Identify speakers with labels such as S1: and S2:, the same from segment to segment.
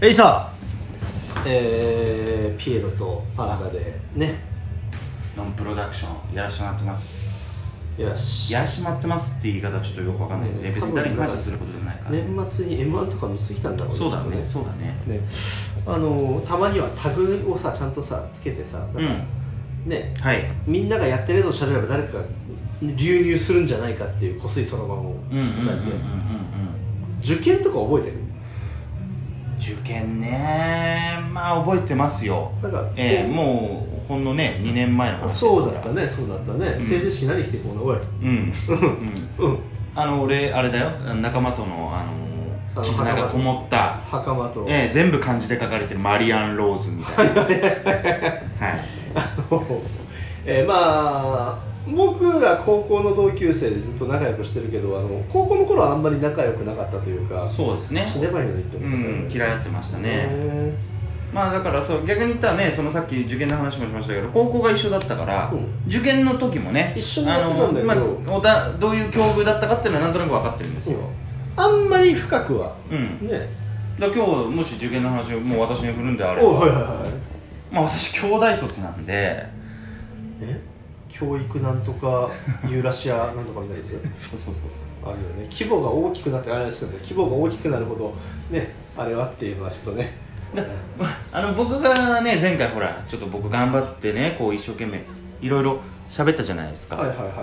S1: えいさえー、ピエロとパンダでね
S2: ノンプロダクションやらしてもらってます
S1: よし
S2: やらしてもらってますって言い方ちょっとよくわかんないけど、
S1: ね
S2: 別に誰に感謝することじゃないから、
S1: 年末に m 1とか見すぎたんだろう
S2: そうだ
S1: きっ
S2: ね
S1: と
S2: そうだね
S1: ねあのーたまにはタグをさちゃんとさつけてさ、
S2: う
S1: なんか
S2: ん
S1: ね
S2: はい
S1: みんながやってるやつを喋れば誰かが流入するんじゃないかっていうこすいそのままを
S2: うんうんうんうんうん
S1: 受験とか覚えてる
S2: うん受験ねまあ覚えてますよ
S1: なんか
S2: ええ
S1: こう
S2: もうほんのね2年前の話です
S1: そうだったねそうだったね、
S2: ん
S1: 成人式何着てこうのおい
S2: うん、うん、
S1: うん
S2: あの俺あれだよ仲間とのあ
S1: あの
S2: の絆がこもった
S1: 袴と、
S2: ええ全部漢字で書かれてるマリアン・ローズみたいなはい
S1: えーまあ僕ら高校の同級生でずっと仲良くしてるけどあの高校の頃はあんまり仲良くなかったというか
S2: そうですね
S1: 死ねばいいのにって
S2: う
S1: 思ってたよ
S2: ん嫌いやってましたね
S1: ね
S2: まあだからそう逆に言ったらねそのさっき受験の話もしましたけど高校が一緒だったから、
S1: う
S2: 受験の時もね
S1: 一緒にやってたんだけど
S2: あのまあおだどういう境遇だったかっていうのはなんとなく分かってるんですよ、
S1: あんまり深くは
S2: うん
S1: ね
S2: だから今日もし受験の話をもう私に振るんであれば
S1: おはいはいはい
S2: まあ私兄弟卒なんで
S1: え教育なんとかユーラシアなんとかみたいですよ
S2: そうそうそうそう
S1: あるよね規模が大きくなってあちょっとね規模が大きくなるほどねあれはっていうのはちょっとね
S2: だまあの僕がね前回ほらちょっと僕頑張ってねこう一生懸命いろいろ喋ったじゃないですか、
S1: はいはいはいはい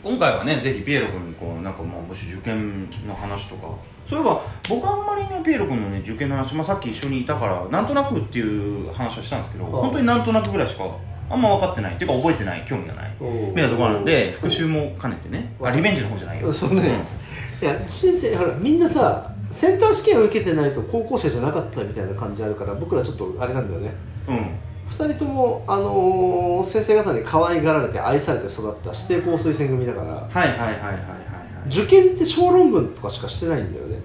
S2: 今回はねぜひピエロ君にこうなんかまあもし受験の話とかそういえば僕あんまりねピエロ君のね受験の話、まあ、さっき一緒にいたからなんとなくっていう話はしたんですけど
S1: ああ
S2: 本当になんとなくぐらいしかあんま分かってないっていうか覚えてない興味がない
S1: お
S2: み
S1: う
S2: たいなところなんで復習も兼ねてね
S1: お
S2: あ
S1: う
S2: リベンジの方じゃないよ
S1: そうね、いや人生ほらみんなさセンター試験を受けてないと高校生じゃなかったみたいな感じあるから僕らちょっとあれなんだよね
S2: うん、うん
S1: 2人とも、あのー先生方に可愛がられて愛されて育った指定校推薦組だから
S2: はいはいはいはいはいはい
S1: 受験って小論文とかしかしてないんだよね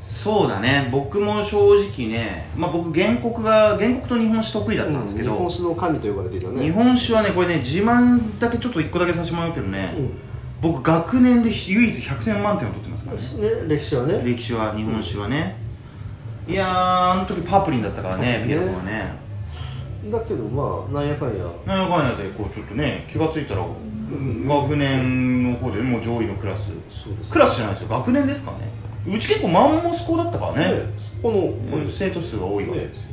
S2: そうだね僕も正直ね、まあ、僕原告が原告と日本史得意だったんですけど、
S1: う日本史の神と呼ばれていたね
S2: 日本史はねこれね自慢だけちょっと1個だけさせてもらうけどね、
S1: うん
S2: 僕学年で唯一100点満点を取ってますからね
S1: ね、歴史はね
S2: 歴史は日本史はね、いやーあの時パープリンだったから
S1: そ
S2: ね
S1: うね
S2: ピエロ君はね
S1: だけどまあなんやかんや
S2: なんやかんやでこうちょっとね気が付いたら、学年の方でもう上位のクラス
S1: そうです
S2: クラスじゃないですよ学年ですからねうち結構マンモス校だったからね
S1: ねそこの、これ
S2: 生徒数が多いわけですよ、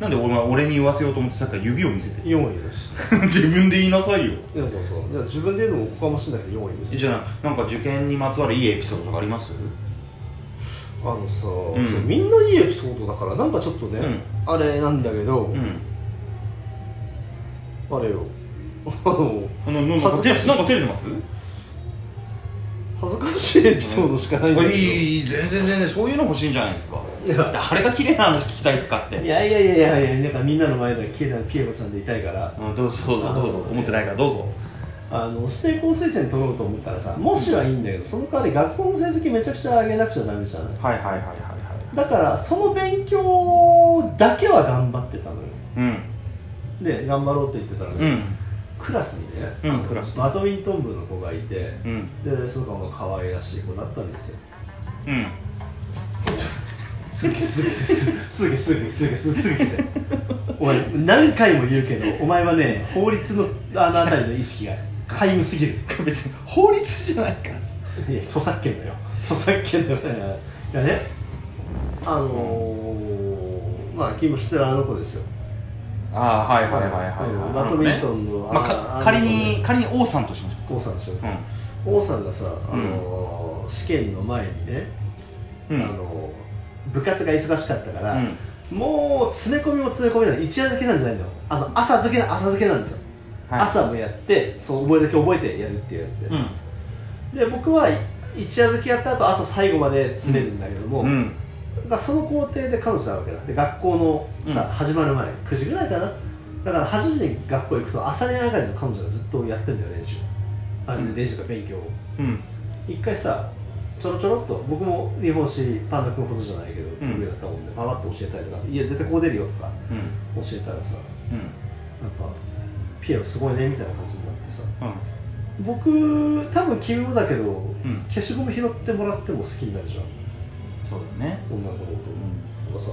S2: なんで俺は俺に言わせようと思ってさっきから指を見せて
S1: 4位です
S2: 自分で言いなさいよ
S1: でもそういや自分で言うのもおこがましいんだけど4位です
S2: じゃあなんか受験にまつわるいいエピソードとかあります
S1: あのさ、
S2: ん
S1: そうみんないいエピソードだからなんかちょっとね、あれなんだけど、
S2: うん
S1: あれよあの
S2: あのなんか
S1: 恥ずか
S2: 手
S1: しい
S2: なんか照れてます
S1: 恥ずかしいエピソードしかないんだけど、
S2: いい全然全然そういうの欲しいんじゃないですか
S1: いや
S2: 誰が綺麗な話聞きたいですかって
S1: いやいやいやいやいやなんかみんなの前で綺麗なピエロちゃんでいたいから
S2: うんどうぞどうぞどうぞ
S1: あ
S2: 思ってないからどうぞ
S1: あの指定校推薦取ろうと思ったらさもしはいいんだけどその代わり学校の成績めちゃくちゃ上げなくちゃダメじゃない
S2: はいはいはいはいはい
S1: だからその勉強だけは頑張ってたのよ
S2: うん
S1: で頑張ろうって言ってたら
S2: う
S1: ね、
S2: ん
S1: クラスにね、
S2: うんクラス
S1: バドミントン部の子がいて
S2: うん
S1: でその子も可愛らしい子だったんですよ
S2: うん
S1: すげすげすげすげすげすげすげすげお前何回も言うけどお前はね法律のあのあたりの意識が皆無すぎる
S2: 別に法律じゃないからさ
S1: いや著作権だよ著作権だよいやねあのー、まあ勤務してるあの子ですよ
S2: ああはいはいはいはいはい
S1: バドミントンの
S2: まあ
S1: あ
S2: か
S1: の
S2: 仮
S1: あ
S2: に
S1: の
S2: 仮に王さんとしましょ
S1: 王さんでしょ、
S2: ううん
S1: 王さんがさ、あのー試験の前にね、
S2: うん
S1: あのー部活が忙しかったから、
S2: うん
S1: もう詰め込みも詰め込みなの一夜漬けなんじゃないんだよあの朝漬けな朝漬けなんですよ、
S2: はい
S1: 朝もやってそう覚えだけ覚えてやるっていうやつで、
S2: うん
S1: で僕は一夜漬けやった後朝最後まで詰めるんだけども、
S2: うん
S1: だからその工程で彼女なわけだで学校のさ、
S2: うん
S1: 始まる前9時ぐらいかなだから8時に学校行くと朝練上がりの彼女がずっとやってんだよ練習あれ、
S2: うん
S1: 練習とか勉強を
S2: うん
S1: 一回さちょろちょろっと僕も日本史パンダ君ほどじゃないけど、
S2: うん
S1: 上だったもんでパパッと教えたりとか「いや絶対こう出るよ」とか
S2: うん
S1: 教えたらさ
S2: うん
S1: なんか「ピエロすごいね」みたいな感じになってさ
S2: うん
S1: 僕多分君もだけど、
S2: ん
S1: 消しゴム拾ってもらっても好きになるじゃん
S2: そうだね
S1: 女の子のこと、
S2: うん
S1: なんかさ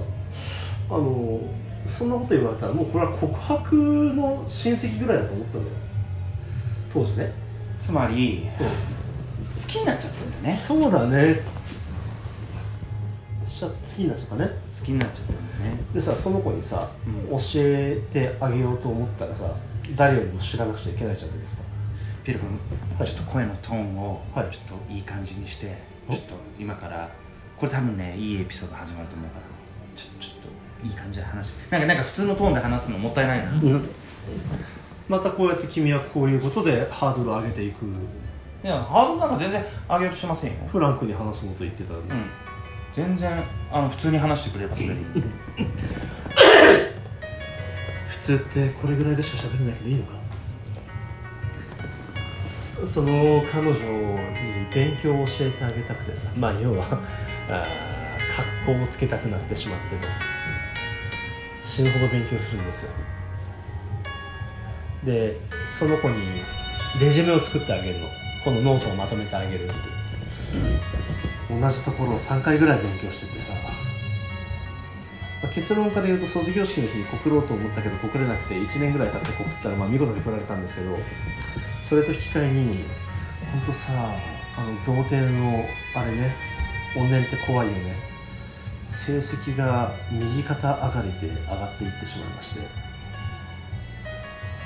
S1: あのそんなこと言われたらもうこれは告白の親戚ぐらいだと思ったんだよ当時ね、
S2: つまり好きになっちゃったんだね
S1: そうだねしゃ好きになっちゃったね
S2: 好きになっちゃったんだね
S1: でさその子にさ、
S2: う
S1: 教
S2: ん
S1: えてあげようと思ったらさ誰よりも知らなくちゃいけないじゃないですか
S2: ピエロ君、
S1: はい
S2: ちょっと声のトーンをちょ
S1: は
S2: っ
S1: い
S2: といい感じにして、
S1: お
S2: ちょっと今からこれ多分ねいいエピソード始まると思うからちょちょっといい感じで話しなんかなんか普通のトーンで話すのもったいないな、い
S1: またこうやって君はこういうことでハードルを上げていく
S2: やハードルなんか全然上げようとしてませんよ、
S1: フランクに話すのと言ってたん
S2: う
S1: で、
S2: ん、全然あの普通に話してくれればそれでいい
S1: 普通ってこれぐらいでしか喋れないけどいいのかその彼女に勉強を教えてあげたくてさまあ要はあー格好をつけたくなってしまってと死ぬほど勉強するんですよでその子にレジュメを作ってあげるのこのノートをまとめてあげるって言って同じところを3回ぐらい勉強しててさまあ結論から言うと卒業式の日に告ろうと思ったけど告れなくて1年ぐらい経って告ったらまあ見事に振られたんですけどそれと引き換えに本当さあの童貞のあれね怨念って怖いよね成績が右肩上がりで上がっていってしまいまして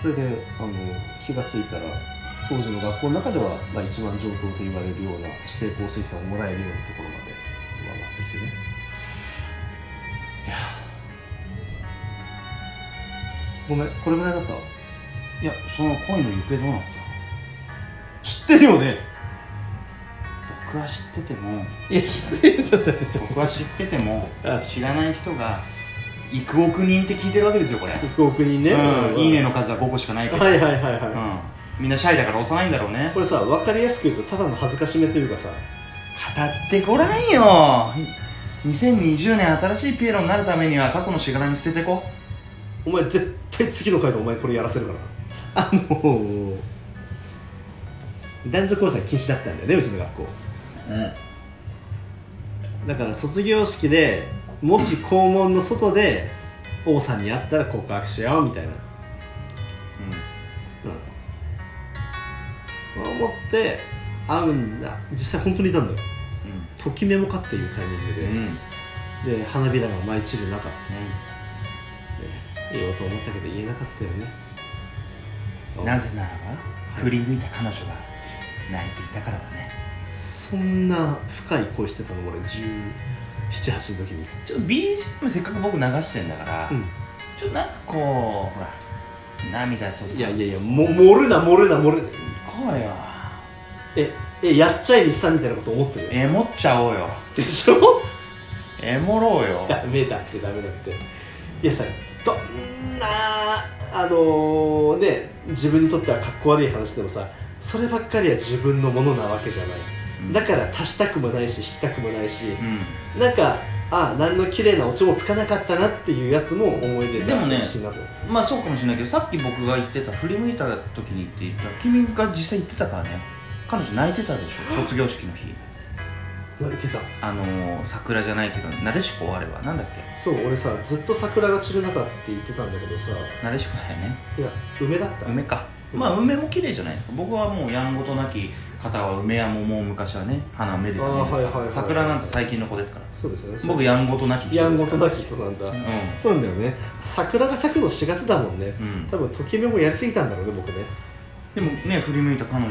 S1: それであの気がついたら当時の学校の中では、まあ、一番上等と言われるような指定校推薦をもらえるようなところまで上がってきてねごめんこれぐらいだったわ
S2: いやその恋の行方どうなっ
S1: 知ってるよね
S2: た僕は知ってても
S1: いや知ってるちょっと待ってちょっと
S2: 僕は知ってても
S1: あ
S2: 知らない人が幾億人って聞いてるわけですよこれ
S1: 1億人ね、
S2: うん、いいねの数は5個しかないけど、
S1: はいはいはいはい、
S2: うん、みんなシャイだから押さないんだろうね
S1: これさ分かりやすく言うとただの恥ずかしめというかさ
S2: 語ってごらんよ2020年新しいピエロになるためには過去のしがらみ捨ててこ
S1: お前絶対次の回でお前これやらせるからあの男女交際禁止だったんだよねうちの学校
S2: うん
S1: だから卒業式でもし校門の外で王さんに会ったら告白しようみたいなうん、思って会うんだ実際本当にいたんだよときめもかっていうタイミング
S2: うんうん
S1: で、で花びらが舞い散る中って言おうと思ったけど言えなかったよね
S2: うんなぜならば振り向いた彼女が泣いていたからだね
S1: そんな深い恋してたの俺1718の時に
S2: ちょっと BGM せっかく僕流してんだから、
S1: うん
S2: ちょっとなんかこうほら涙そうそう
S1: い
S2: い
S1: やいやいやも盛るな盛るな盛るな
S2: 行こうよ
S1: ええやっちゃい日産みたいなこと思ってる
S2: エモっちゃおうよ
S1: でしょ
S2: エモろうよ
S1: ダメだってダメだっていやさどんなあのね自分にとってはかっこ悪い話でもさそればっかりは自分のものなわけじゃない、
S2: うん
S1: だから足したくもないし引きたくもないし
S2: う、ん
S1: なんかああ何の綺麗なオチもつかなかったなっていうやつも思い出に
S2: でも
S1: なって
S2: ね
S1: ほしいなと
S2: まあそうかもしれないけどさっき僕が言ってた振り向いた時にって言った君が実際言ってたからね彼女泣いてたでしょ卒業式の日
S1: 泣いてた
S2: あのー、桜じゃないけどなでしこあればなんだっけ
S1: そう俺さずっと桜が散る中って言ってたんだけどさ
S2: なでしこだよね
S1: いや梅だった
S2: 梅かまあ梅も綺麗じゃないですか僕はもうやんごとなき方は梅や桃も昔はね花をめでたものですから、
S1: あーはいはいはい
S2: 桜なんて最近の子ですから
S1: そうですよね
S2: 僕やんごとなき
S1: や
S2: 人
S1: んご
S2: ですか
S1: と
S2: ら
S1: なき人なんだ、
S2: う
S1: そうなんだよね桜が咲くの4月だもんね
S2: ん、うん、
S1: 多分ときめもやりすぎたんだろうね僕ね
S2: でもね振り向いた彼女が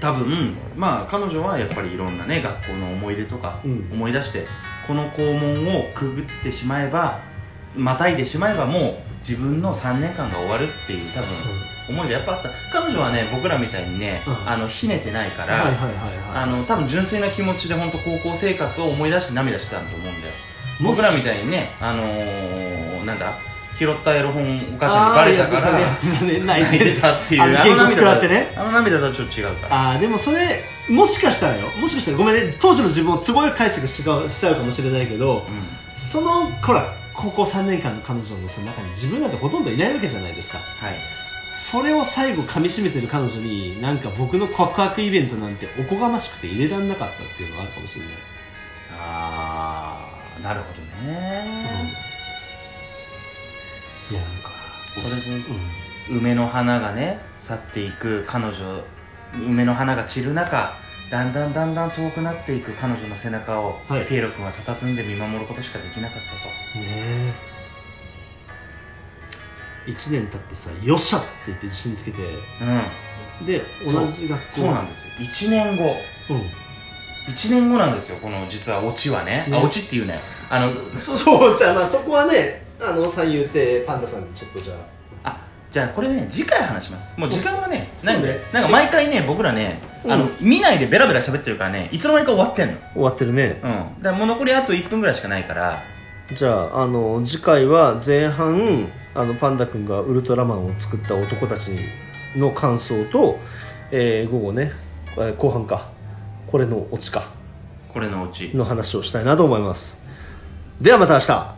S2: 多分まあ彼女はやっぱりいろんなね学校の思い出とか
S1: うん
S2: 思い出して、この校門をくぐってしまえばまたいでしまえばもう自分の3年間が終わるっていう多分思いがやっぱあった彼女はね僕らみたいにね、
S1: うん
S2: あのひねてないから、
S1: はいはいはい
S2: あ
S1: は
S2: の多分純粋な気持ちで本当高校生活を思い出して涙してたんだと思うんだよ
S1: い
S2: 僕らみ
S1: た
S2: たいにねあのー、なんだ拾ったエロ本お母ちゃんにバレたから
S1: 泣いて
S2: 出たっていう
S1: あの
S2: あの
S1: 原稿作
S2: 涙
S1: ら
S2: だ
S1: ってね
S2: あの涙とはちょっと違うから
S1: ああでもそれもしかしたらよもしかしたらごめんね当時の自分を都合よく解釈しちゃうしちゃうかもしれないけど
S2: うん
S1: そのほら高校3年間の彼女のその中に自分なんてほとんどいないわけじゃないですか
S2: はい
S1: それを最後噛み締めてる彼女になんか僕の告白イベントなんておこがましくて入れられなかったっていうのはあるかもしれない
S2: あーなるほど
S1: うん
S2: ね、そうかそれ
S1: うん
S2: で梅の花がね去っていく彼女梅の花が散る中だんだんだんだん遠くなっていく彼女の背中を、
S1: はい
S2: ピエロ君は佇んで見守ることしかできなかったと
S1: ねえ1年経ってさ「よっしゃ!」って言って自信つけて
S2: うん
S1: で同
S2: そう
S1: じ学校
S2: そうなんですよ1年後
S1: うん
S2: 1年後なんですよこの実はオチはね
S1: ね
S2: あオチっていうねあの
S1: そそうじゃあまあそこはねあの三遊亭パンダさんにちょっとじゃ
S2: あじゃあこれね次回話しますもう時間がね
S1: そう
S2: ないんで、
S1: そうね
S2: なんか毎回ね僕らね、
S1: うん
S2: あの見ないでベラベラ喋ってるからねいつの間にか終わってんの
S1: 終わってるね
S2: うんだからもう残りあと1分ぐらいしかないから
S1: じゃああの次回は前半あのパンダ君がウルトラマンを作った男たちの感想と、えー、午後ね、えー後半かこれのオチか
S2: これのうち
S1: の話をしたいなと思いますではまた明日